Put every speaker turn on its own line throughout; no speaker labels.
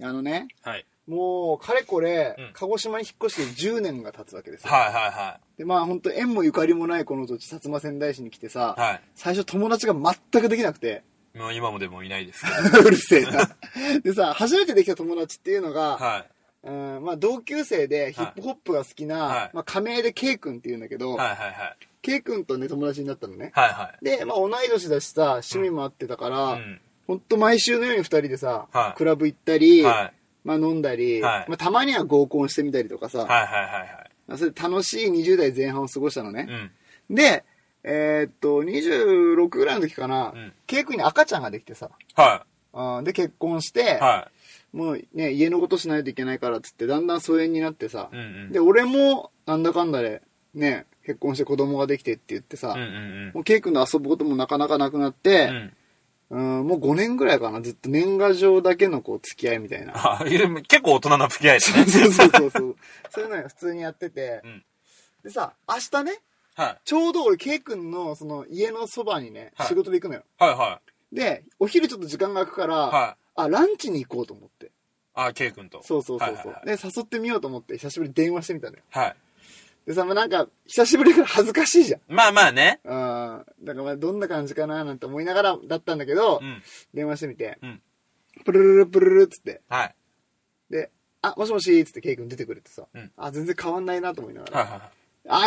あのね、
はい。
もう、かれこれ、
うん
鹿児島に引っ越して10年が経つわけですよ。
はいはいは
で、まあ、本当縁もゆかりもないこの土地、薩摩仙台市に来てさ、
い。は
最初友達が全くできなくて、
い。もう今もでもいないですけど。
うるせえな。でさ、初めてできた友達っていうのが、
は
うんまあ、同級生でヒップホップが好きな、
はい
まあ、仮名で K 君っていうんだけど、
い。はいはいはい。
K 君とね、友達になったのね。
はいは
で、まあ、同い年だしさ、趣味も合ってたから、
い。うん。
ほんと毎週のように二人でさ、
はい
クラブ行ったり、
はい。
まあ飲んだり、
はい
まあたまには合コンしてみたりとかさ、
はいはいは
まあそれで楽しい20代前半を過ごしたの
いはい。う
ね。
ん。
で、えーっと、26ぐらいの時かな、
うん
ケイ君に赤ちゃんができてさ、
は
あーで結婚し
い。
て、
は
もうね、家のことしないといけないからっつって、だんだん疎遠になってさ
い。う、んうん。
で、俺もなんだかんだで、ね、結婚して子供ができてって言ってさ、
うんうん
もうケイ君の遊ぶこともなかなかなくなっ
う
て、
ん。うん。
うん、もう5年ぐらいかな、ずっと年賀状だけのこう付き合いみたい な。
あ、いや結構大人な付き合いです
そう
ね。
そうそうそう。そういうのが普通にやってて。
うん
でさ、明日ね、
はい。
ちょうど俺、ケイ君のその家のそばにね、
はい
仕事で行くのよ。
はいは
で、お昼ちょっと時間が空くから、
い。はい。
あ、ランチに行こうと思って。
あ、ケイ君と。
そうそうそうそう、
はいはいはい
で、誘ってみようと思って、久しぶりに電話してみたのよ。
はい。
でさ、まあ、なんか、久しぶりだから恥ずかしいじゃん。
まあまあね。
あーだからまあどんな感じかななんて思いながらだったんだけど、
うん。
電話してみて、
うん
プルルルプルルルっつって、
はい。
で、あ、もしもしっつってケイ君出てくれてさ、
うん
あ、全然変わんないなと思いながら、
はいはいはい。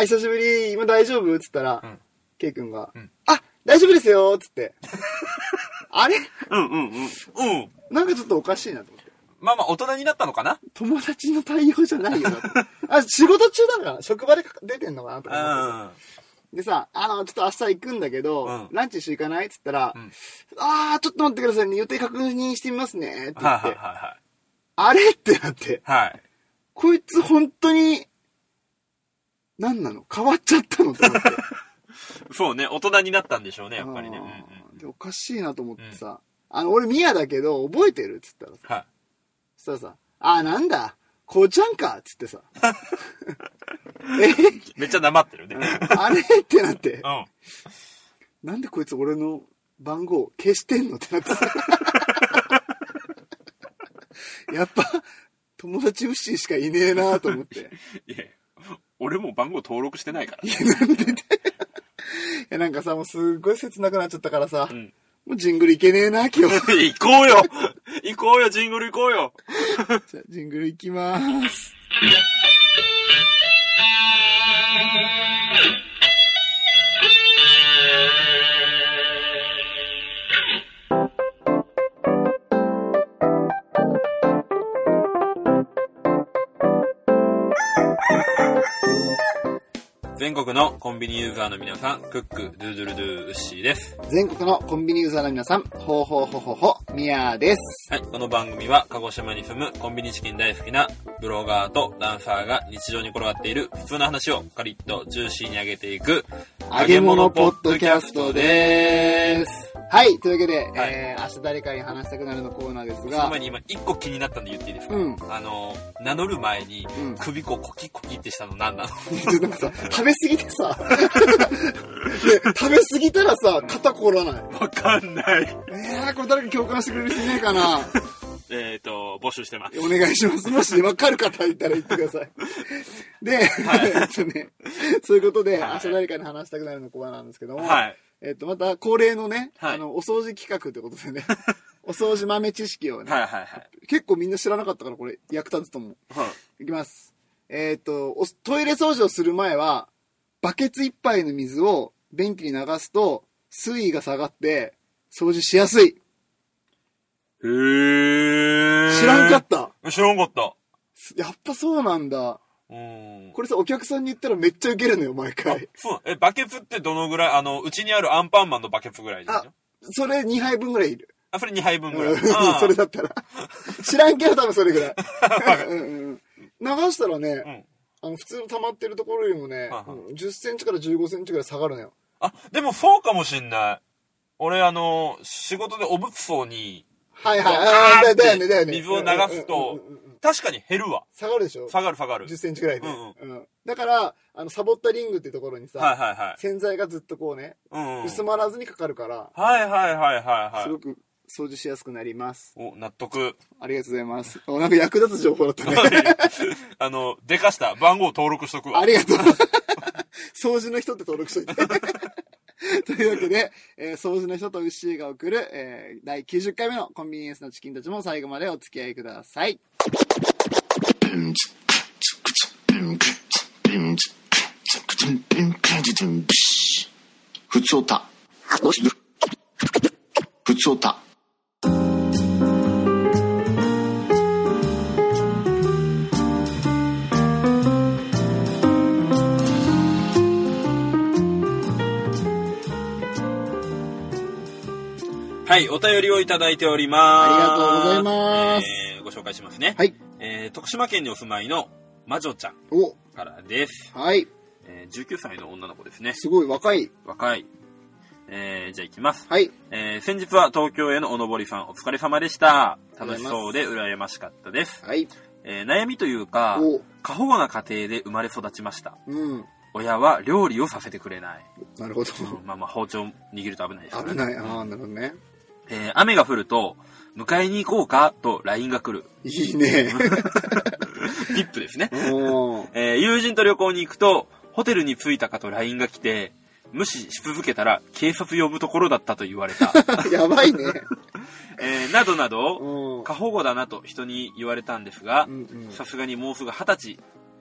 あ、久しぶり、今大丈夫っつったら、
うん
ケイ君が、
うん
あ、大丈夫ですよっつって、 あれ
うんうんうん。うん。
なんかちょっとおかしいなと思って。
まあまあ大人になったのかな
友達の対応じゃないよなってあ、仕事中なのかな職場で出てんのかなとか思ってさでさ、あの、ちょっと明日行くんだけど、
うん
ランチ一緒行かないっつったら、
うん
あー、ちょっと待ってくださいね。予定確認してみますね。って言
はい
っ
はい
て、
は
あれってなって、
いはい。はい。
こいつ本当に、何なの変わっちゃったのってなって。
そうね、大人になったんでしょうね、やっぱりね。
あ
う
ー
んうん
でおかしいなと思ってさ、あの、俺宮だけど、覚えてるっつったらさ、
はい。
そしたらさ、あー、なんだ、こうちゃんかっつっ てさ、え
めっちゃ黙ってるね。うん。
あれってなって、
は
なんでこいつ俺の番号消してんのってなって さやっぱ友達ウッシーしかいねえなと思ってい
いや俺もう番号登録してないから。
やなんかさもうすっごい切なくなっちゃったからさ、
ん
もうジングルいけねえな今日
行こうよ行こうよ、ジングル行こうよ
じゃあジングルいきまーす
全国のコンビニユーザーの皆さん、クック、ドゥドゥルドゥ、ウッシーです。
全国のコンビニユーザーの皆さんほうほうほうほうほうみやーです
はい、この番組は鹿児島に住むコンビニチキン大好きなブロガーとダンサーが日常に転がっている普通の話をカリッとジューシーに上げていく
揚げ物ポッドキャストでーすはいというわけで、
はい
えー、明日誰かに話したくなるのコーナーです
その
が
前に今一個気になったんで言っていいですか、
うん
あの、名乗る前に
うん
首こうコキコキってしたの何なの
ちょっとなんかさ、食べ過ぎてさ、 で食べ過ぎたらさ、肩こらない。
わかん ない。
えー、これ誰か共感してくれる人いないかな
えっ、と、募集してます。
お願いします。もし分かる方いたら言ってください。で、 えっとね、そういうことで、
はい
明日誰かに話したくなるのコーナーなんですけども、
はい。
えっと、また恒例のね、
はい
あの、お掃除企画ってことでね、 お掃除豆知識をね、
はいはいはい。
結構みんな知らなかったからこれ役立つと思う。いきます。えーっ、と、おトイレ掃除をする前は、バケツ一杯の水を便器に流すと、水位が下がって、掃除しやすい。
へー。
知らんかった。
知らんかった。
すやっぱそうなんだ。
うーん。
これさ、お客さんに言ったらめっちゃウケるのよ、毎回。
そう、え、バケツってどのぐらいあの、うちにあるアンパンマンのバケツぐらいでしょ
あそれ2杯分ぐらいいる。
あ、それ2杯分ぐらい。あ ー
それだったら。知らんけど多分それぐ らい。うんうんうん流したらね、
うん
あの普通の溜まってるところよりもね、
はいはい
うん10センチから15センチぐらい下がるのよ。
あ、でもそうかもしんない。俺、あの、仕事でお仏像に、
はいはい。あ
ガー
ー
って
だよね、だよね。
水を流すと
うんうんうんうん
確かに減るわ。
下がるでしょ
下がる下がる。
10センチぐらいで、
う
うんんだからあのサボったリングっていうところにさ、
はいはいはい。
洗剤がずっとこうね、
うん、うん。
薄まらずにかかるから、
はいはいはいはい
す
は
ごく掃除しやすくなります。
お、納得。
ありがとうございます。お、なんか役立つ情報だったね。
あの、でかした。番号登録しとくわ。
ありがとう。 掃除の人って登録しといて。 というわけで、えー掃除の人とウッシーが送る、えー第90回目のコンビニエンスのチキンたちも最後までお付き合いください。
ふつおた。ふつおた。
はい、お便りをいただいております。
ありがとうございます
えーご紹介しますね。
はい。
えー徳島県にお住まいの魔女ちゃん
お、
からです。
はい。
えー19歳の女の子ですね。
すごい若い。
若い。えーじゃあ行きます。
はい。
えー先日は東京へのお登りさんお疲れ様でした。楽しそうで羨ましかったです。
はい。
えー悩みというか、
お、
過保護な家庭で生まれ育ちました。
うん。
親は料理をさせてくれない。
なるほど。
まあまあ包丁握ると危ないですからね
危ない。ああ、なるほどね。
えー雨が降ると、迎えに行こうかと LINE が来る。
いい ね。
リップですね。
おー
えー友人と旅行に行くと、ホテルに着いたかと LINE が来て、無視し続けたら警察呼ぶところだったと言われ た。
やばいね。
えーなどなど、
うん。
過保護だなと人に言われたんですが
うん、うん。
さすがにもうすぐ二十歳、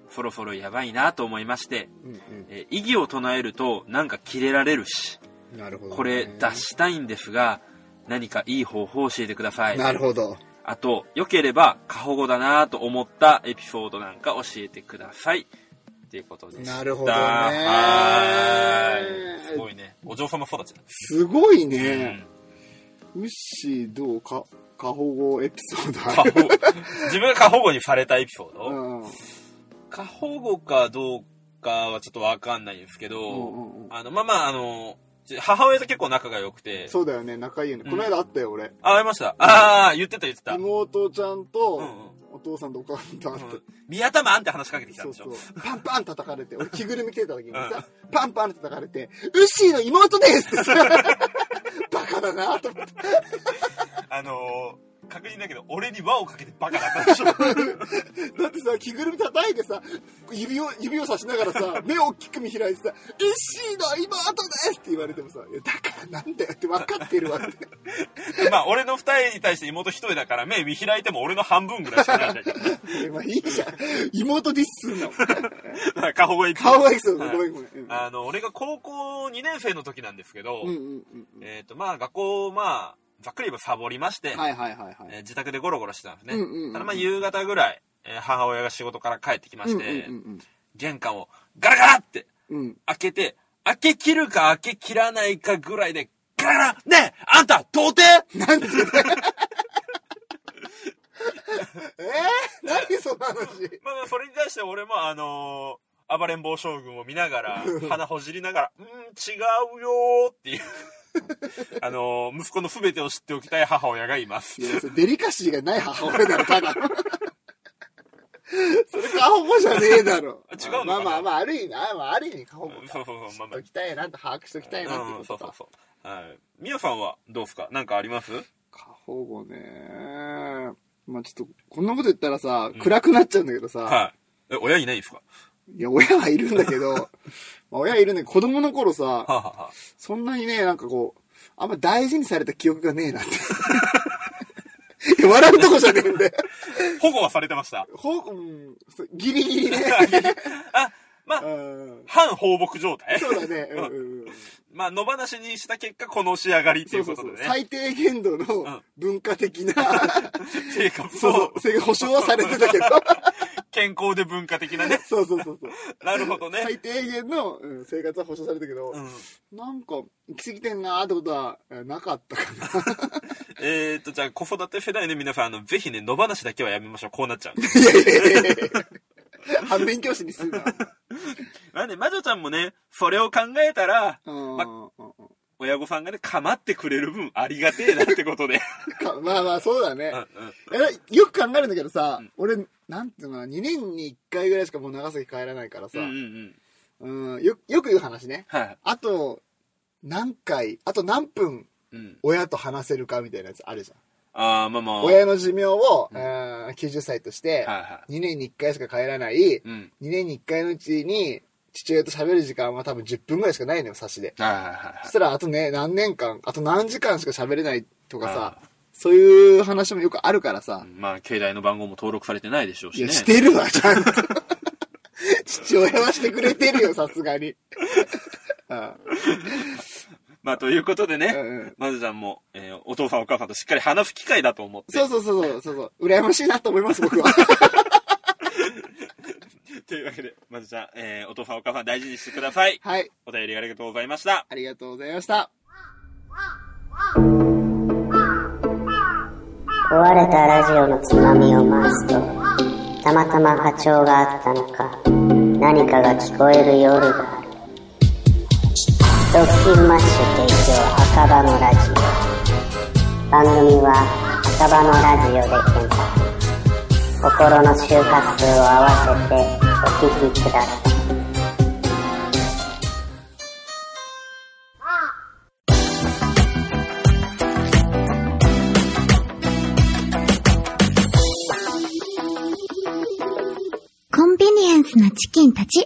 そろそろやばいなと思いまして、
うん
えー異議を唱えるとなんかキレられるし、
うん。なるほどね。
これ出したいんですが、何かいい方法を教えてください。
なるほど。
あと、良ければ過保護だなと思ったエピソードなんか教えてください。っていうことでした。
なるほどね
はーい。すごいね。お嬢様育ちだ。
すごいうね。
ん
ウッシーどうか、過保護エピソード
過
あ
保
る。
護。自分が過保護にされたエピソード、
うんうん
過保護かどうかはちょっとわかんないんですけど、
うんうん
あの、まあまあ、あの、ち母親と結構仲が良くて、
そうだよね、仲いいよね。
うん
この間あったよ、俺。
あ、会いました。ああ、言ってた言ってた。うん
妹ちゃん
う
と、
ん。
お父さんとお母さんと会って。
宮田マンって話しかけてきたん
そう
でしょ
そう。パンパン叩かれて、俺着ぐるみ着てた時にさ、パンパンって叩かれて、ウッシーの妹ですってさ、 バカだなと思って。
あのー確認だけど、俺に輪をかけてバカだったでしょ。
だってさ、着ぐるみ叩いてさ、指を、指をさしながらさ、目を大きく見開いてさ、ウッシーの妹ですって言われてもさ、いや、だからなんだよって分かってるわって。
まあ、俺の二重に対して妹一重だから、目見開いても俺の半分ぐらいしかないんだ けど。
えまあいいじゃん。妹ディスすんの。
まあ過保護エピソード
顔がいいそう。ごめんごめん。うん
あの、俺が高校2年生の時なんですけど、
うんうんうんう
えっ、と、まあ、学校、まあ、ざっくり言えばサボりまして、
ん。はいはいはいは
えー
い。
自宅でゴロゴロしてたんですね。
うんうんうんうん
ただまあ、夕方ぐらい、えー母親が仕事から帰ってきまして、
うんうん
玄関をガラガラって
うんうん。
開けて、開け切るか開け切らないかぐらいで、ガラガラねえあんた、童貞
なんて言うんだよえー、何その話
まあまあ、それに対して俺も、あのー暴れん坊将軍を見な がら、鼻ほじりながら、うーん、違うよーっていう。 あのー息子の全てを知っておきたい母親がいます。
いやそれデリカシーがない母親だろ、 ただの。それ過保護じゃねえだろ。
違うのかな
まあまあまあ、ある意味、あまあある意味過保護か。
そうそうそう、まあま
しときたいなと、把握しときたいな
あ。
って
うん、
こと
そうそう
か。
そう。はい。みやさんはどうですかなんかあります
過保護ね。まあちょっと、こんなこと言ったらさ、暗くなっちゃうんだけどさ、
はい。え、親いないですか
いや、親はいるんだけど、まあ親はいるんだけど、子供の頃
はあ、
さ、
はあはあ、
そんなにね、なんかこう、あんま大事にされた記憶がねえなって。い や笑うとこじゃねえんだよ。
保護はされてました。
ほ、うん、そうギリギリね。
あ、まあ、
うん
反放牧状態。
そうだね。うんうんうん。
まあ、野放しにした結果、この仕上がりって
そ
いうう
そ
こ
うそ
とで
う。
ね。
最低限度
ん
の文化的な、
生 活
そうそ
を
う、それが保障はされてた けど、
健康で文化的なね。
そうそうそうそう。
なるほどね。
最低限のうん生活は保障されたけど、
うん。
なんか、行き過ぎてんなーってことはえなかったかな。
えー、と、じゃあ、子育て世代の皆さん、あの、ぜひね、野放しだけはやめましょう。こうなっちゃうんで。
いやいやいやいや反面教師にするな。
なんで、魔女ちゃんもね、それを考えたら、
うんうんうん
親御さんがね、構ってくれる分、ありがてえなってことで。
かまあまあ、そうだね
うん。うん
えよく考えるんだけどさ、俺、なんていうのかな、2年に1回ぐらいしかもう長崎帰らないからさ、
うんうんうん。
うんよよく言う話ね。
はい。
あと、何回、あと何分、
うん。
親と話せるかみたいなやつあるじ
ああ、まあま
ゃ
あ。
ん。親の寿命を、えー90歳として、
はいは
2年に1回しか帰らない、
い。うん。
2年に1回のうちに、父親と喋る時間は多分10分ぐらいしかないのよ、差しで。
はいはいはいはい
そしたら、あとね、何年間、あと何時間しか喋れないとかさ
あ、
そういう話もよくあるからさ。
まあ、携帯の番号も登録されてないでしょう
い
し
や、
ね。
してるわ、ちゃんと。父親はしてくれてるよ、さすがに。あ
まあ、ということでね、
うんうん
まずちゃんも、えーお父さんお母さんとしっかり話す機会だと思って。
そうそうそうそうそうそう。羨ましいなと思います、僕は。
というわけで、まずちゃん、えーお父さんお母さん大事にしてください。
はい、
お便りありがとうございました。
ありがとうございました。
壊れたラジオのつまみを回すとたまたま波長があったのか何かが聞こえる夜がある「ドッキンマッシュ提供赤羽のラジオ」番組は赤羽のラジオで検索心の周波数を合わせてお聞きください
コンビニエンスなチキンたち。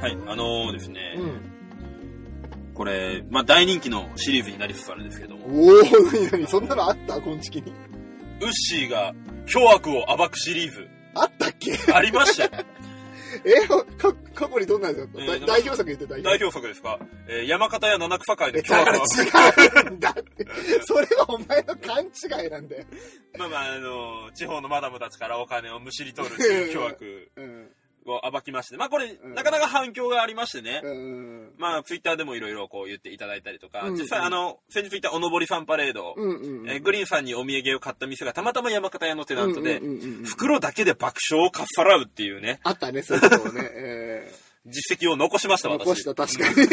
はい、あのーですね、
うん。
これ、まあ、大人気のシリーズになりつつあるんですけども、
おー、なになに、そんなのあったこんちきに。
ウッシーが凶悪を暴くシリーズ、
あったっけ
ありました よ
えか、過去にどんなんだった、
えー
だ
でも
代表作言って代表
代表作ですか、えー山形や七草会で
え
凶
だ
悪
から
を暴く。
違うんだって。それはお前の勘違いなんだよ。
まあまあ、あのー地方のマダムたちからお金をむしり取るっていう凶悪
うん。
を暴きまして、まあこれ、
ん
なかなか反響がありましてね、
うん。
まあ、ツイッターでもいろいろこう言っていただいたりとか、
うん
実際あの、先日言ったおのぼりさんパレード、
うんうん。
えーグリーンさんにお土産を買った店がたまたま山形屋のテナントで
うん、うんうんうんうん
袋だけで爆笑をかっさらうっていうね、
あったね、そういうことをね。え
実績を残しました、
ー、
私。
残した、確かに。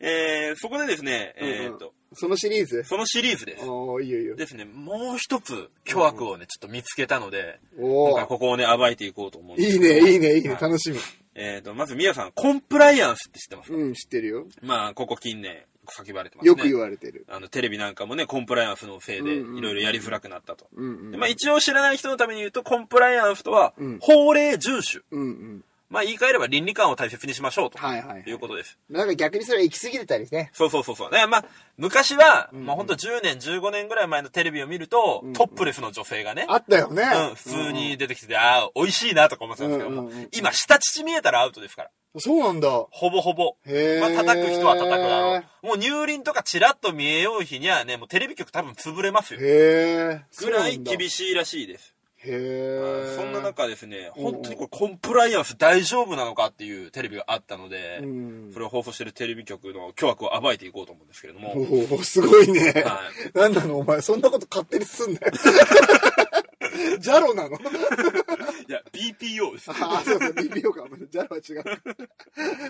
えー、そこでですね、えーっと、
そのシリーズ
そのシリーズです。
おー、いいよいいよ。
ですね、もう一つ、巨悪をね、ちょっと見つけたので、今
お
回
ー。
ここをね、暴いていこうと思うんです
いい
けど
ね、いいね、いいね、
はい
楽しみ。
えーっと、まず、皆さん、コンプライアンスって知ってますか、
うん、知ってるよ。
まあ、ここ近年、叫ばれてますね。
よく言われてる。
あの、テレビなんかもね、コンプライアンスのせいで、
うんうん
いろいろやりづらくなったと。
うんうん。
でまあ一応知らない人のために言うと、コンプライアンスとは
うん、
法令遵守。
うんうん。
まあ言い換えれば倫理観を大切にしましょうと。
はいはいはい
いうことです。
なんか逆にそれは行き過ぎてたりね。
そうそうそうそう。ね、まあ、昔は、まあほんと10年、15年ぐらい前のテレビを見ると、トップレスの女性がね、
あったよね。
うん、普通に出てきてて、ああ、美味しいなとか思ってたんですけども、
うんうんうん
今、下乳見えたらアウトですから。
そうなんだ。
ほぼほぼ。
へー
まあ、叩く人は叩くだろう。もう乳輪とかチラッと見えよう日にはね、もうテレビ局多分潰れますよ。
へえ。
ぐら
し
い
い。
厳しいらしいです。
へえ。
そんな中ですね、
うんうん
本当にこれコンプライアンス大丈夫なのかっていうテレビがあったので、
うん
それを放送してるテレビ局の巨悪を暴いていこうと思うんですけれども、
おお、すごいね。
は
なんなのお前、そんなこと勝手にすんなよ。 ジャロなの
いや、BPO です。
ああ、そうそう、ビビオか。ジャロは違うか。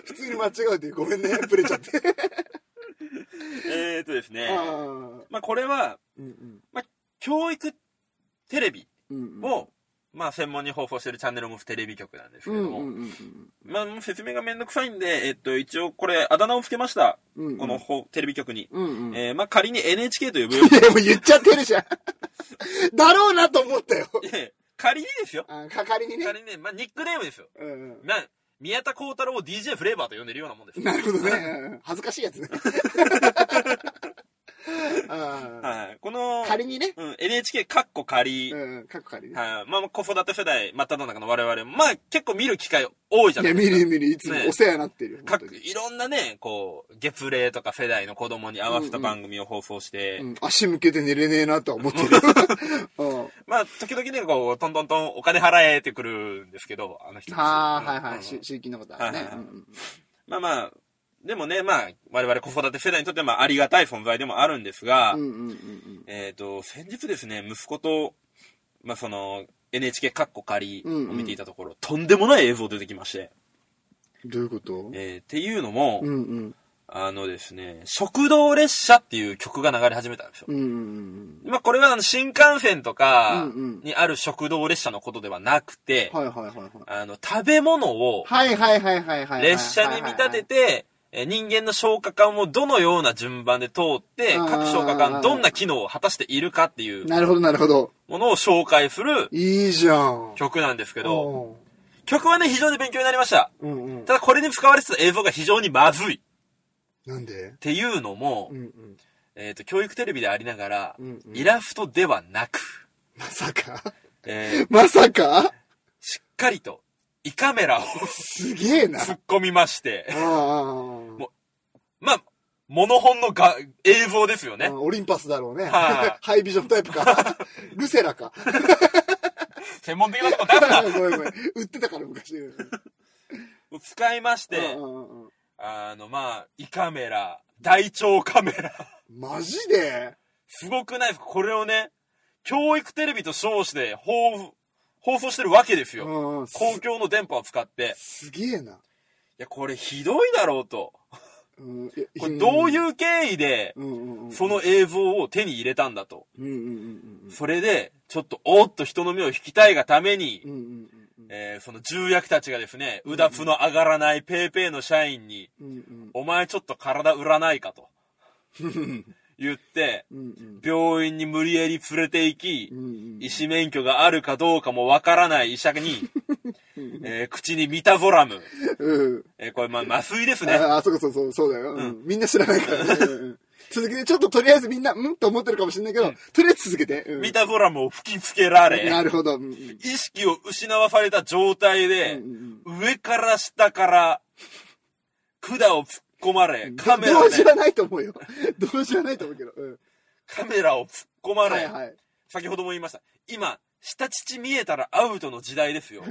普通に間違うっていうごめんね、ブレちゃって。
えーとですね
あ、あ。うん
まあこれは、
うん。
教育テレビ
うん
を、まあ専門に放送してるチャンネルもテレビ局なんですけ
うん
れ
う
ど
ん
も、
うん
まあもう説明がめんどくさいんで、えっと、一応これあだ名をつけました。
うんうん
このほテレビ局に。
うんうん。
えーまあ仮に NHK と呼 ぶよ
いや、もう言っちゃってるじゃん。だろうなと思ったよ。
りいや、仮にですよ。
あ係にね。
仮にね、まあニックネームですよ。
うんうん。
まあ、宮田幸太郎を DJ フレーバーと呼んでるようなもんです。
なるほどね。うん恥ずかしいやつね。あ
はい。この
ー、仮にね。
うん、NHK かっこ仮、
う
はい。
んうん、過去仮にね。
まあ、子育て世代、真っ只中の我々も、まあ、結構見る機会多いじゃ
い
な
や、
いで
見
すか。
る見る、いつも
ね
お世話になってるよ。本当
各、
に
いろんなね、こう、月齢とか世代の子供に合わせた番組を放送して、
うん足向けて寝れねえなとは思ってる。うん
まあ、時々ね、こう、トントントンお金払えってくるんですけど、あの人たち
はあ、
う
は
ん
いはい、し集金のことあるね
はいは。い
うん
は
う
い
ん
まあまあ、でもね、まあ、我々子育て世代にとっては、まあ、ありがたい存在でもあるんですが、
うんうんうんうん
えっ、と、先日ですね、息子と、まあ、その、 NHK カッコ仮を
うんうん
見ていたところ、とんでもない映像出てきまして、
どういうこと
えーっていうのも、
うんうん。
あのですね、食堂列車っていう曲が流れ始めたんですよ。
うんうん
まあ、これはあの新幹線とか
うんうん
にある食堂列車のことではなくて
うん。、はいはいはいはい。
あの、食べ物を
はいはいはいはいはい。
列車に見立てて、えー人間の消化管をどのような順番で通って、
あー
各消化管どんな機能を果たしているかっていう
なるほどなるほど。
ものを紹介する
いいじゃん。
曲なんですけど、
お
曲はね、非常に勉強になりました。
ーうんうん
た。だこれに使われてた映像が非常にまずいっ
なんで
ていうのも
う、んうん。
えっ、と、教育テレビでありながら
うんう、ん
イラストではなく、
まさか
えー
まさか
しっかりと、胃カメラを
すげえな。
突っ込みまして、
ああ。
まあ、モノホンのが映像ですよね
あ。オリンパスだろうね。
は
ハイビジョンタイプ か。ルセラか。
専門的なこと出すな
ごめんごめん。売ってたから昔。うん
使いまして
う、んうんうん
あの、まあ、胃カメラ、大腸カメラ。
マジです
ごくないですかこれをね、教育テレビと称して放放送してるわけです
う
よ。
んうんす
公共の電波を使って。
すげえな。
いや、これひどいだろうと。
うん
これどういうう経緯で、
んうんうん
その映像を手に入れたんだと。
うんうんうん
それで、ちょっと、おーっと人の目を引きたいがために、
うんうんうんうん
えーその重役たちがですね、うだつの上がらないペーペーの社員に、
うんうん
お前ちょっと体売らないかと。言って、
うんうん
病院に無理やり連れて行き
う、んうん
医師免許があるかどうかもわからない医者に、えー口にミタゾラム。
うん
えーこれ、まあ、麻酔ですね。
ああそうかそうそうそうだようんみんな知らないからねうんうん続けてちょっととりあえずみんなうんと思ってるかもしれないけどとりあえず続けてうん
ミタゾラムを吹きつけら
な
れ、
るほどうんうん
意識を失わされた状態
う
で
ん、うん
上から下から、管を突っ込まれ、カメ
ど
ラ
う知
で、
らないと思うよ どう知らないと思うけどうん
カメラを突っ込ま
はい
れ、
はい
先ほども言いました。今、下乳見えたらアウトの時代ですよ。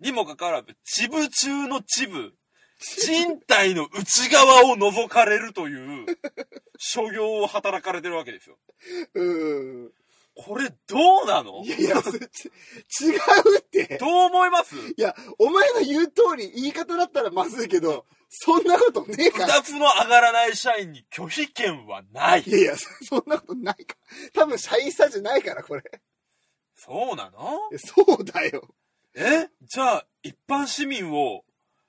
にもかかわらず、チブ中のチブ、人体の内側を覗かれるという、所業を働かれてるわけですよ。
うん
これどうなの
いやいやそれち違うって
どう思います
いや、お前の言う通り言い方だったらまずいけど、そんなことねえから。
二つの上がらない社員に拒否権はない
い。やいや、そそんなことないか。多分、社員さじゃないから、これ。
そうなの
そうだよ。
えじゃあ、一般市民を、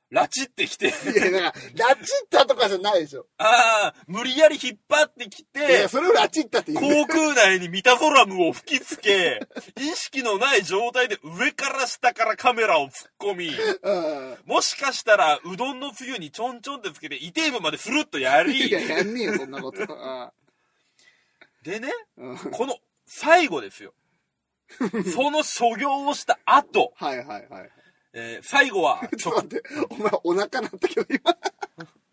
拉致ってきて、
いや、だから、ラチッタとかじゃないでしょ。
ああ、無理やり引っ張ってき
いや、
て、
それをラチッタって言う。
航空内にミタゾラムを吹きつけ、意識のない状態で上から下からカメラを突っ込み、
うん
もしかしたらうどんの冬にちょんちょんってつけて、イテーブまでスルッとや
い
り
や、、やんねえよ、そんな こと。あ
でね、
うん
この最後ですよ。その所業をした後、
はいはいはい。
えー最後は、
ちょっと待って、お前お腹なったけど、今。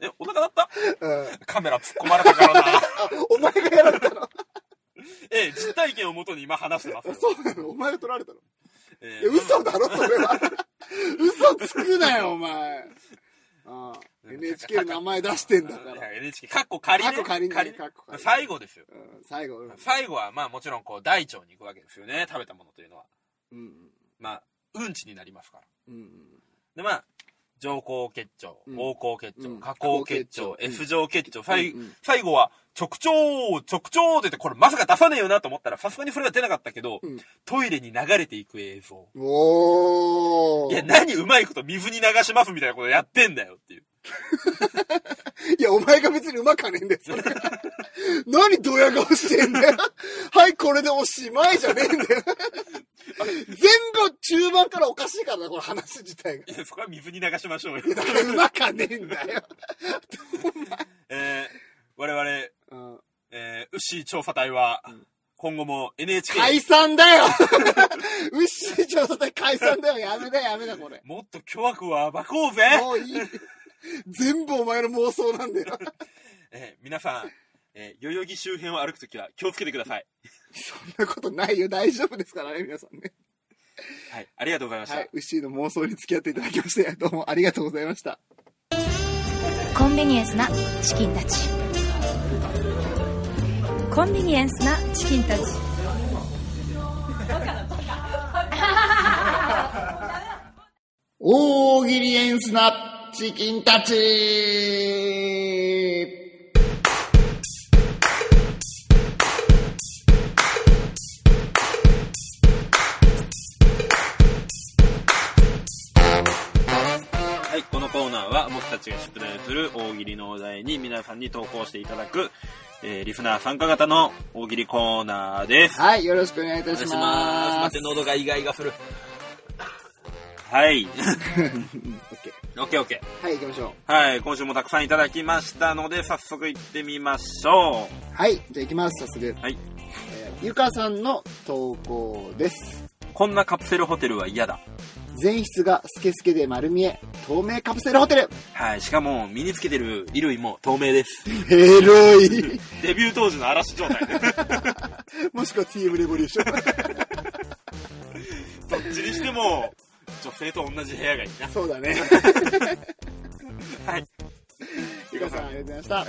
え、お腹鳴った
うん
カメラ突っ込まれたからな。
あお前がやられたの
えー実体験をもとに今話してます。
そうなのお前が取られたの
え
いや
ー
嘘だろ、それは。嘘つくなよ、お前。ああ NHK の名前出してんだか
い
ら。
や NHK、カッコ仮ね。
カッコ仮ね
ね
カッコ仮ね
最後ですよ。
うん最後、うん
最後はまあもちろんこう大腸に行くわけですよね食べたものというのは
うん
まあうんちになりますから
うんうん
でまあ上行結腸
うん
横行結腸、
うん
下行結
下
腸、
行結腸
F 状結腸、最
うんうん
最後は直腸直腸って言ってこれまさか出さねえよなと思ったらさすがにそれは出なかったけど、
うん
トイレに流れていく映像
おお
いや何うまいこと水に流しますみたいなことやってんだよっていう
いや、お前が別にうまかねえんだよ、それ何ドヤ顔してんだよ。はい、これでおしまいじゃねえんだよ。全部中盤からおかしいからな、この話自体が。
いやそこは水に流しましょ うよ、
だからうまかねえんだよ。
えー、我々、
うん
えー、牛調査隊は今後も NHK
解散だよウッシー調査隊解散だよ。やめだ、やめだ、これ。
もっと巨悪を暴こうぜ
もういい。全部お前の妄想なんだよ。
えー皆さん、えー代々木周辺を歩くときは気をつけてください。
そんなことないよ。大丈夫ですからね、皆さんね。
はい。ありがとうございました。
はい。ウッシーの妄想に付き合っていただきまして、どうもありがとうございました。
コンビニエンスなチキンたちコンビニエンスなチキンたち
大喜利エンスなチキンたち
はい、このコーナーは僕たちが出題する大喜利のお題に皆さんに投稿していただく、えーリスナー参加型の大喜利コーナーです。
はい、よろしくお願いい
お
た
願
し
いします。
ま
待っ
す。
て、喉がイガイガする。
はい。
オッケ
オッケーオッケ
ーはい、行きましょ
ー。はい、今週もたくさんいただきましたので、早速行ってみましょ
う。はい、じゃあ行きます、早速。
う。はい。
えーゆかさんの投稿です。
こんなカプセルホテルは嫌だ。
全室がスケスケで丸見え、透明カプセルホテル。
はい、しかも身につけてる衣類も透明です。
エロい。
デビュー当時の嵐状 態。
もしくは TM レボリューション。
どっちにしても、女性と同じ部屋がいいな。
そうだね。
はい。
ゆかさん、ありがとうございました
ありが。と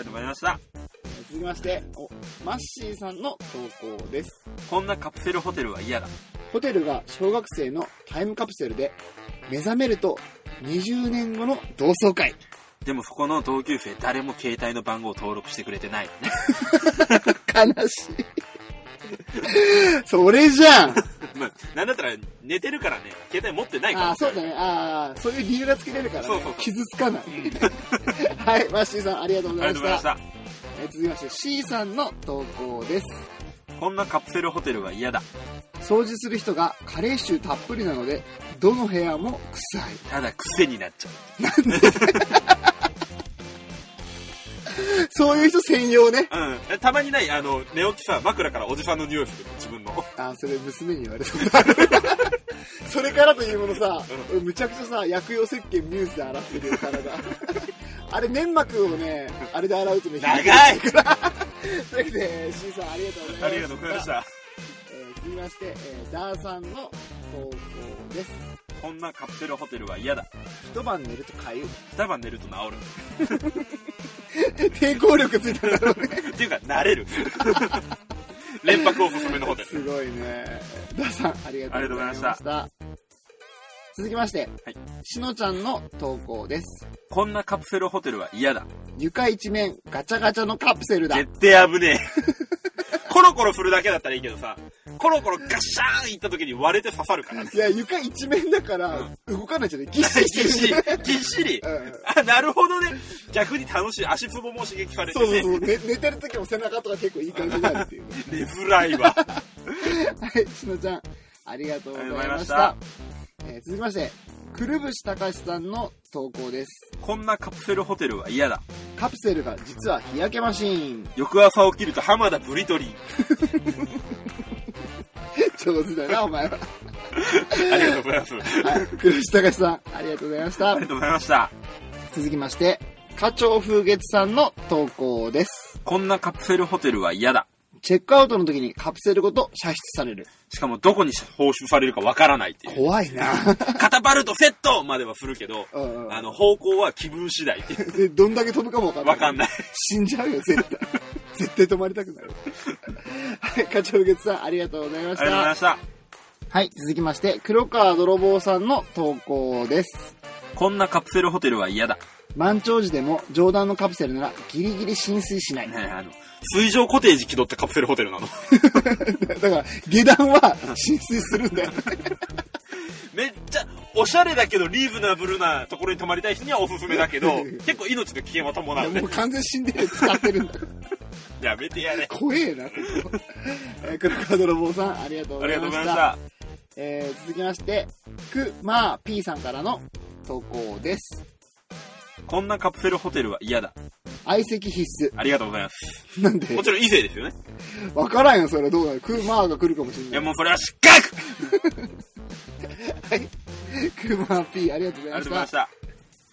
うございました。
続きまして、おマッシーさんの投稿です。
こんなカプセルホテルは嫌だ。
ホテルが小学生のタイムカプセルで、目覚めると20年後の同窓会。
でもそこの同級生誰も携帯の番号を登録してくれてない。
悲しい。それじゃん。
まあ、なんだったら寝てるからね、携帯持ってないから。
ああ、そうだね。ああ、そういう理由がつけれるからね。
そうそうそう
傷つかない。 はい、マッシーさんありがとうご
あ
ざいま
りがとう
し
ございま
た
し。た。
えー続きまして C さんの投稿です
こんなカプセルホテルは嫌だ。
掃除する人が加齢臭たっぷりなのでどの部屋も臭い
ただ癖になっちゃう。
そういう人専用ね
うんえ。たまにない、あの、寝起きさ、枕からおじさんの匂いする自分の。
あーそれ娘に言われたことある それからというものさ、俺むちゃくちゃさ薬用石鹸ミューズで洗ってるよ体 あれ粘膜をねあれで洗うとね
長 い
というわけで C さんありがとうございました
ありがとうございました。
えー続きまして、えーダーさんの投稿です
こんなカプセルホテルは嫌だ。
一晩寝るとかゆい
二晩寝ると治
抵抗力ついたんだろうね
る。っていうか、慣れる。 連泊おすすめのホテル。
すごいね。ダさん、ありがとうございました。
あり
続きまして、
はい
しのちゃんの投稿です。
こんなカプセルホテルは嫌だ。
床一面ガチャガチャのカプセルだ。
絶対危ねえ。コロコロ振るだけだったらいいけどさ、コロコロガッシャーンいった時に割れて刺さるか らね。
いや、床一面だから、動かないじゃない。ぎっし
ぎっ
りして
し
る。
り、ぎっしり
う。ん
あ、なるほどね。逆に楽しい。足つぼも刺激されて
そうそう
ね。
そう、 ね、寝てる時も背中とか結構いい感じになる っていうね、
寝づらいわ。
はい、しのちゃん、ありがとうございました。
あ
えー続きまして、くるぶしたかしさんの投稿です。
こんなカプセルホテルは嫌だ。
カプセルが実は日焼けマシーン。
翌朝起きると浜田ブリトリー。
上手 だな、お前は。
ありがとうございます。あ
はい、黒石隆さん、ありがとうございました
りが。とうございました。
続きまして、課長風月さんの投稿です。
こんなカプセルホテルは嫌だ。
チェックアウトの時にカプセルごと射出される。
しかもどこに放出されるかわからないっていう。
怖いな。
カタパルトセットまではするけど、
うんうん
あの、方向は気分次第ってい
で、
う。
どんだけ飛ぶかもわかんない。
わかんない。
死んじゃうよ、絶 対。絶対止まりたくなる。はい、課長風月さん、ありがとうございま
あ
し
りがとうございま
た。
した。
はい、続きまして、黒川泥棒さんの投稿です。
こんなカプセルホテルは嫌だ。
満潮時でも上段のカプセルならギリギリ浸水しない。
ねあの、水上コテージ気取ったカプセルホテルなの。
だから、下段は浸水するんだよね。
めっちゃ、おしゃれだけどリーズナブルなところに泊まりたい人にはおすすめだけ ど、結構命の危険は伴うね
もう。完全に死んでる使ってるんだから。
やめてやれ。
怖えな、ここえー黒川泥棒さん、ありがとう
あ
ご
り
ざ
が
い
と
ま
うござ
した。
いました。
えー続きまして、くまー P さんからの投稿です。
こんなカプセルホテルは嫌だ。
相席必
ありがとうございます。
須。 なんで
も、ちろん異性ですよね。
わからんよ、それはどうなの。くまーが来るかもし
い
れ
や
ない。
もうそれは失格
くまー P、ありがとうございま
ありがと
し。
うございましたた。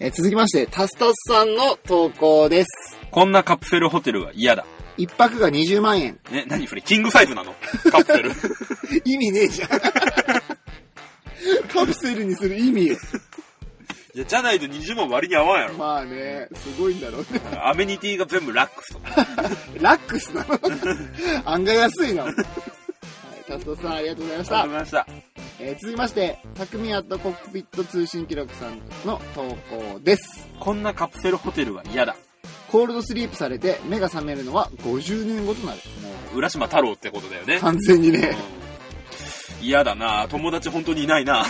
えー続きまして、タスタスさんの投稿です。
こんなカプセルホテルは嫌だ。
一泊が20万円。
ね、何それキングサイズなのカプセル。
意味ねえ じゃん。カプセルにする意味よ。
いや、じゃないと20万割に合わんやろ。
まあね、すごいんだろうね。
アメニティが全部ラックスとか。
ラックス なの案外安いな。はい、タストさんありがとうございまし
あ
た
りがとうご。ざいました。
えー続きまして、たくみアットコックピット通信記録さんの投稿です。
こんなカプセルホテルは嫌だ。
コールドスリープされて目が覚めるのは50年後となる。
浦島太郎ってことだよね。
完全にね。
うん嫌だな友達本当にいないな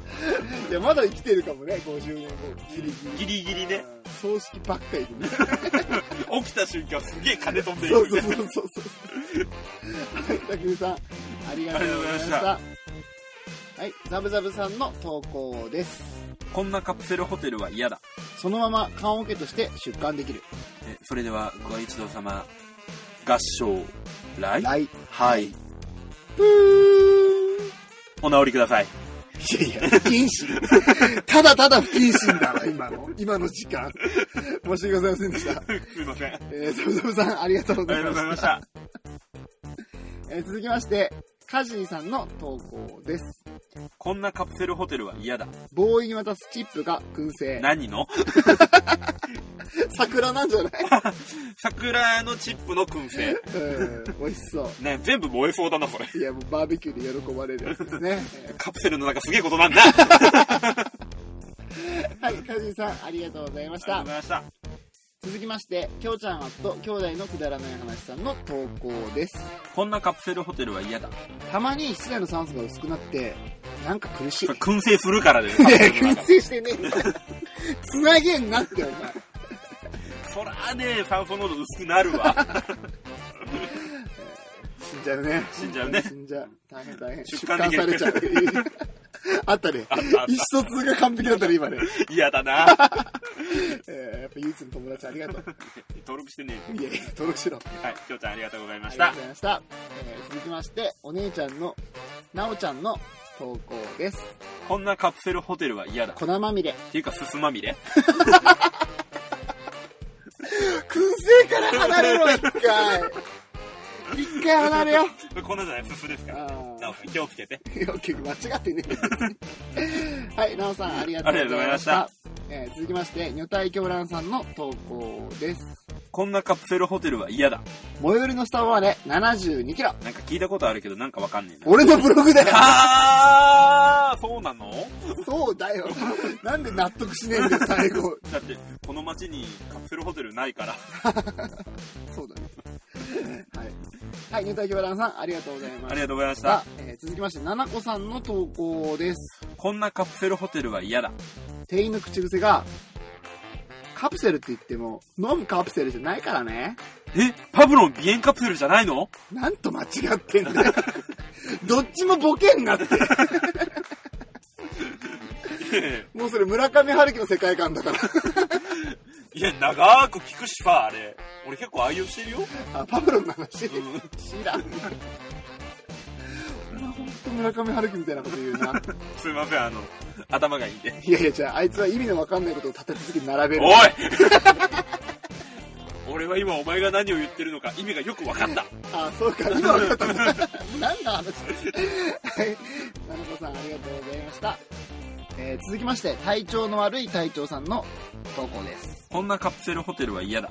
いや、まだ生きてるかもね、50年後。ギリギリ。
ギリギリね。
葬式ばっかいるね。
起きた瞬間すげえ金飛んでい
そう
る
そう
ね
そうそう。はい、たくみさん、ありがとうございました。は
あ
い、ザブザブさんの投稿です。
こんなカプセルホテルは嫌だ
そのまま棺桶として出棺できる。
えそれではご一同様合唱来
はい。い
はいお直りください
やいや、不謹慎。ただただ不謹慎だわ、今の。今の時間。申し訳ございませんでした。
すいませんあ
えー、ザブザブさん、ありがとうご
り
ざ
が
い
と
ま
うございま
し。
したた
えー続きまして、カジーさんの投稿です。
こんなカプセルホテルは嫌だ
ボーイに渡すチップが燻製。
何の
桜なんじゃない
桜のチップの燻製
うん、美味しそう。
ね全部燃えそうだなこれ
いや、もうバーベキューで喜ばれるやつですね。
カプセルの中すげえことなんだありが
はい、カジンさん、ありがとうございまし
とう
た
ご。ざいました
続きまして、きょうちゃんはと兄弟のくだらない話さんの投稿です。
こんなカプセルホテルは嫌だ
たまに室内の酸素が薄くなって、なんか苦しい
それ。燻製するか らだよ
い
カプ
や、
セルの中
燻製してねえんだ。つなげんなって、お前。
そらね酸素濃度薄くなるわ
死んじゃうね。
死んじゃうね
死んじゃう。大変大変。
出
出
棺
棺
で
されちゃう。あったね
あったあった。
意思疎通が完璧だったね、今ね。
嫌だな
えーやっぱ唯一の友達ありがとう。
登録してね
いやいや、登録しろ。
はいきょうちゃんありがとうございま
あ
し
りがと
た
うございました。えー続きまして、お姉ちゃんの、なおちゃんの投稿です。
こんなカプセルホテルは嫌だ
粉まみれ。
っていうかすすまみれ
燻製から離れろ、一回。一回離れよ。
こんなじゃないすすですから
あ
なお気をつけて
ー結局間違ってねえ。 はい、なおさん、ありがとうございまし
あ
た。えー続きまして、女体狂乱さんの投稿です。
こんなカプセルホテルは嫌だ
最寄りのスタバまで72キロ。
なんか聞いたことあるけどなんかわかんねえな
俺のブログ だよ。
あーそうなの
そうだよ。 なんで納得しねえんだよ、最後。
だってこの街にカプセルホテルないから
そうだね。はい。はい、ニュータイキョバランさん、ありがとうございま
あ
し
りがとうございましたた。
えー続きまして、ななこさんの投稿です。
こんなカプセルホテルは嫌だ
店員の口癖が、カプセルって言っても、飲むカプセルじゃないからね。
えパブロン鼻炎カプセルじゃな いの
なんと間違ってんだよ。 どっちもボケになって。もうそれ村上春樹の世界観だから。
いや長く聞くしさあれ俺結構愛用してるよ
あ、パブロンの話、知らん。俺は本当村上春樹みたいなこと言うな。
すいませんあの頭がいいんで
いやいや、じゃあ、あいつは意味のわかんないことを立て続けに並べる。
おい 俺は今お前が何を言ってるのか意味がよく分かった
あ、そうか、今わかったんだ。何の話はい。ななこさん、ありがとうございました。えー続きまして、体調の悪い隊長さんの投稿です。
こんなカプセルホテルは嫌だ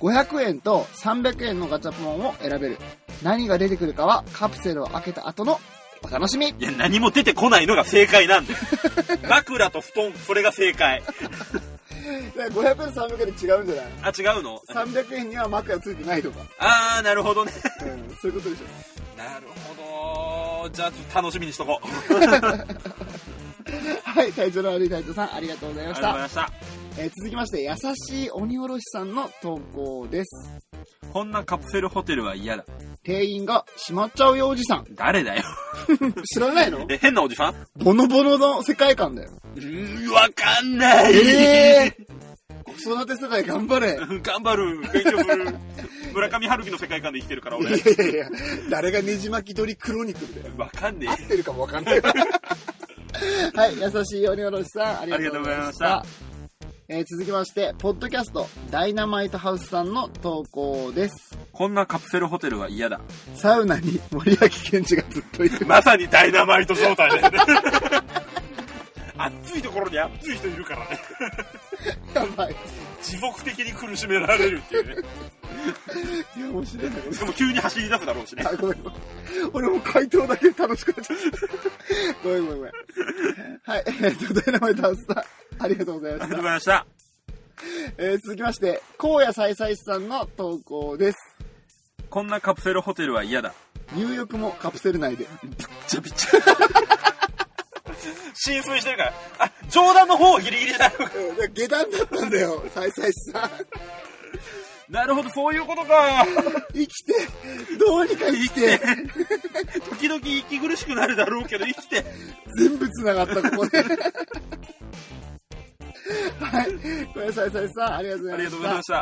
500円と300円のガチャポンを選べる。何が出てくるかは、カプセルを開けた後のお楽しみ
いや何も出てこないのが正解なん だよ枕と布団それが正解
!500 円と300円で違うんじゃない
あ違うの
?300 円には枕ついてないとか。
ああなるほどね
うん、そういうことでしょ。
なるほどじゃあちょっと楽しみにしとこう
はい、体調の悪い隊長さん、ありがとうござい
あ
ま
り
し
がとうござ
た。
いました
えー続きまして、優しい鬼おろしさんの投稿です。
こんなカプセルホテルは嫌だ
店員が、しまっちゃうよおじさん。
誰だよ
知らないの
え変なおじさん
ボノボノの世界観だよ。
うーわかんない
ええ子育て世代頑張れ。い
頑張る勉強する村上春樹の世界観で生きてるから俺
やいやいや、誰がねじ巻き鳥クロニクルだよ。
わかんね
合ってるかもわかんない。はい、優しい鬼おろしさん、ありがとうございました。
ありがとうございま
えー続きまして、ポッドキャスト、ダイナマイトハウスさんの投稿です。
えこんなカプセルホテルは嫌だ
サウナに森脇健児がずっといる。
まさにダイナマイト状態だよね 暑いところに暑い人いるからね
やばい。
持続的に苦しめられるっていうね
いや、面白いな、これ
でも急に走り出すだろうしね。
あ、ごめんごめん。俺も回答だけ楽しくなっちゃった。ごめんごめんごめん。はい、えーっと、ダイナマイトハウスさん、ありがとうございま
ありがとう
した
ご。ざいました。
えー続きまして、荒野さいさいさんの投稿です。
こんなカプセルホテルは嫌だ。
入浴もカプセル内で。
ちゃびちゃ。
浸水してるから。あ、冗談の方はギリギリだ。
下段だったんだよ、さいさいさん。
なるほど、そういうことか。
生きて、どうにか生きて、
時々息苦しくなるだろうけど、生 きて。
全部繋がった、ここで。はい、荒野さいさいさん、ありがとうご
あ
ざい
りがと
ま
う
し
ござい
た
まし。た。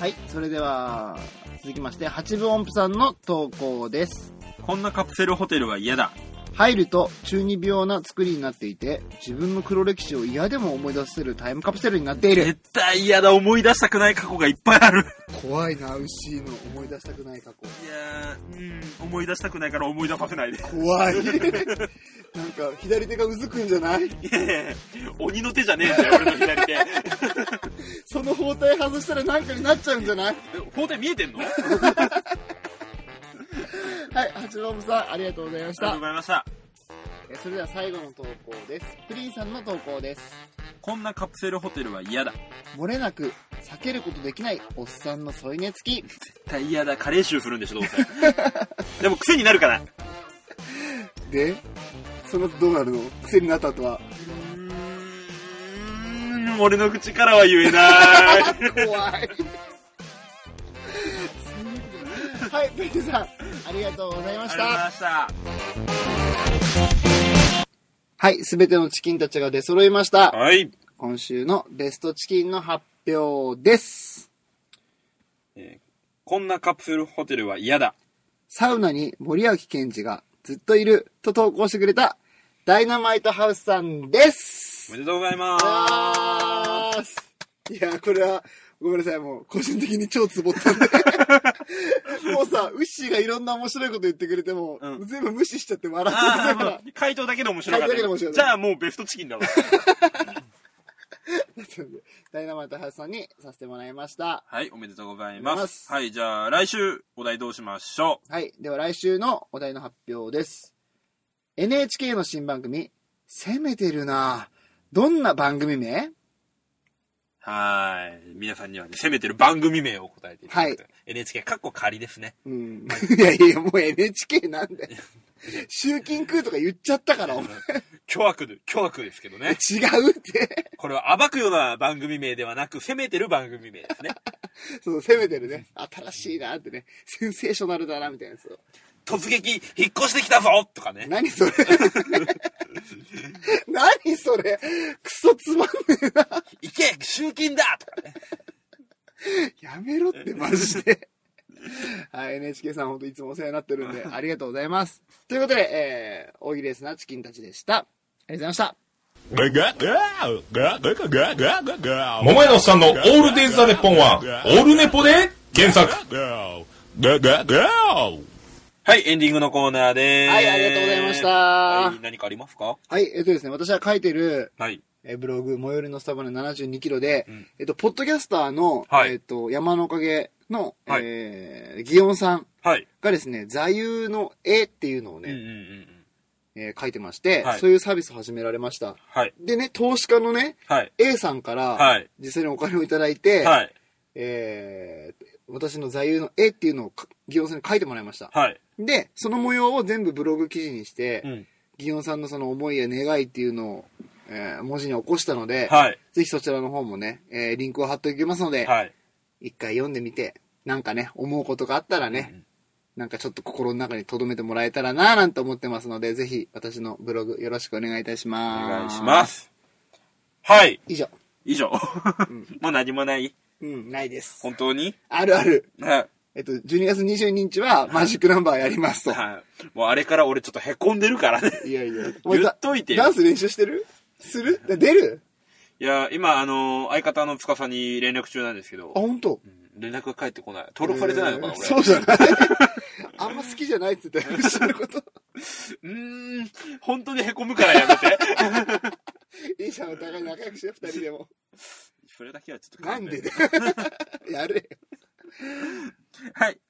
はい、それでは、続きまして、八分音符さんの投稿です。
こんなカプセルホテルは嫌だ。
入ると中二病な作りになっていて、自分の黒歴史を嫌でも思い出せるタイムカプセルになっている。
絶対嫌だ、思い出したくない過去がいっぱいある。
怖いな、ウシーの思い出したくない過去。
いやー、うん、思い出したくないから思い出させ ないで。
怖 い。なんか、左手がうずくんじゃない
いやいやいや鬼の手じゃねえんだよ、俺の左 手。
その包帯外したらなんかになっちゃうんじゃない
包帯見えてんのありが
はい、八分音符さん、ありがとうございまし
とう
た
ご。ざいました。
えそれでは最後の投稿です。プリンさんの投稿です。
こんなカプセルホテルは嫌だ。
漏れなく、避けることできないおっさんの添い寝付き。
絶対嫌だ、カレー臭するんでしょ、どう せ。でも癖になるから。
でその後どうなるの癖になった後は
うん、俺の口からは言えない。
怖いはいペリさんありがとうございました
した。
はい全てのチキンたちが出揃いました
はい。
今週のベストチキンの発表です
こんなカプセルホテルは嫌だ。
サウナに森脇健児がずっといると投稿してくれたダイナマイトハウスさんです
おめでとうございます。
あいや、これは、ごめんなさい、もう、個人的に超ツボったんで。 もうさ、ウッシーがいろんな面白いこと言ってくれても、
うん
全部無視しちゃって笑っちゃってたから
あ。ー 回答だけで面白かった
回答だけで面白かっ
じ
た
ゃあもうベストチキンだろ
ダイナマイトハウスさんにさせてもらいました。
はいおめでとうござい
ま
ますすはいじゃあ来週お題どうしましょ
はい。では来週のお題の発表です。NHK の新番組、攻めてるなぁどんな番組名
うはーい皆さんにはねせめてる番組名を答えていただいて、
は
NHK、かっこ仮ですね。
うん。いやいや、もう NHK なんで。集金食うとか言っちゃった から、お前。
巨悪で、巨悪ですけどね。
違うって。
これは暴くような番組名ではなく、攻めてる番組名で すね。
そう、攻めてるね。新しいなってね。センセーショナルだな、みたいなやつを。
突撃、引っ越してきたぞとかね。
何それ 何それクソつまんねえな。
行け集金だとかね。
やめろって、マジで。はい、NHK さんほんといつもお世話になってるん で、ありがとうございます。ということで、えー、大喜利レースなチキンたちでした。ありがとうございました。
桃屋のおっさんのオールデイズ・ザ・ネッポンは、オールネポで検索。
はい、エンディングのコーナーでーす。
はいありがとうございました
はい、何かありますか
はい、えっとですね、私は書いてる、
はい。
えーブログ、最寄りのスタバの72キロで、
ん
えっと、ポッドキャスターの、
はい
えっと、山の陰の、
はい
えー、祇園さん
はい。
がですね、座右の絵っていうのを
うんうん
ね、
うん。
えー書いてまして、
はい
そういうサービスを始められました。
はい。
でね、投資家のね、
はい。
A さんから、
はい
実際にお金をいただいて、
はい。
えー私の座右の絵っていうのをか祇園さんに書いてもらいました。
はい。
で、その模様を全部ブログ記事にして、
うん。
祇園さんのその思いや願いっていうのを、えー文字に起こしたので、
はい。
ぜひそちらの方もね、えーリンクを貼っておきますので、
はい。
一回読んでみて、なんかね、思うことがあったらね、なんかちょっと心の中に留めてもらえたらなぁなんて思ってますので、ぜひ私のブログよろしくお願いいたし
お
ます。
願いしま。す。はい。
以上。
以上 もう何もない
うん、ないです。
本当に
あるある。
は
えっと、12月22日はマジックナンバーやります
い
と。
はいもうあれから俺ちょっとへこんでるからね
いやいや。
言っといてよ
ダンス練習してるする出る
いや今あの相方の塚さんに連絡中なんですけど
あ、本
う
当。
ん連絡が返ってこない登録されてないのかな、
えー
俺
そうじゃない あんま好きじゃないって言ってたよ、後ろのこと。
うーん本当にへこむからやめて
いいじゃん、お互い仲良くしよう、二人でも。
それだけはちょっと
なんでだやれよ。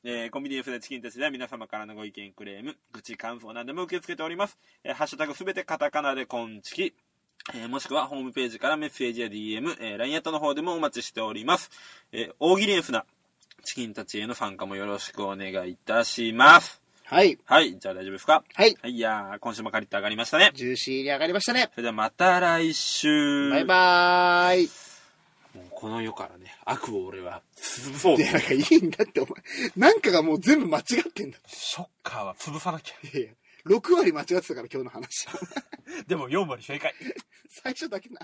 えーコンビニエンスなチキンたちでは皆様からのご意見、クレーム、愚痴、感想なども受け付けております。えーハッシュタグすべてカタカナでコンチキ。えーもしくはホームページからメッセージや DM、えー LINE アットの方でもお待ちしております。えー大喜利エンスなチキンたちへの参加もよろしくお願いいたします。
はい。
はい、じゃあ大丈夫ですか
はい。
はい、いやー、今週もカリッと上がりましたね。
ジューシーに上がりましたね。
それではまた来週。
バイバーイ。
もうこの世からね、悪を俺は潰そうと
で、なんかいいんだって、お前。なんかがもう全部間違ってんだ。
ショッカーは潰さ なきゃ。
いやいや、6割間違ってたから今日の話。
でも4割正解。
最初だけな。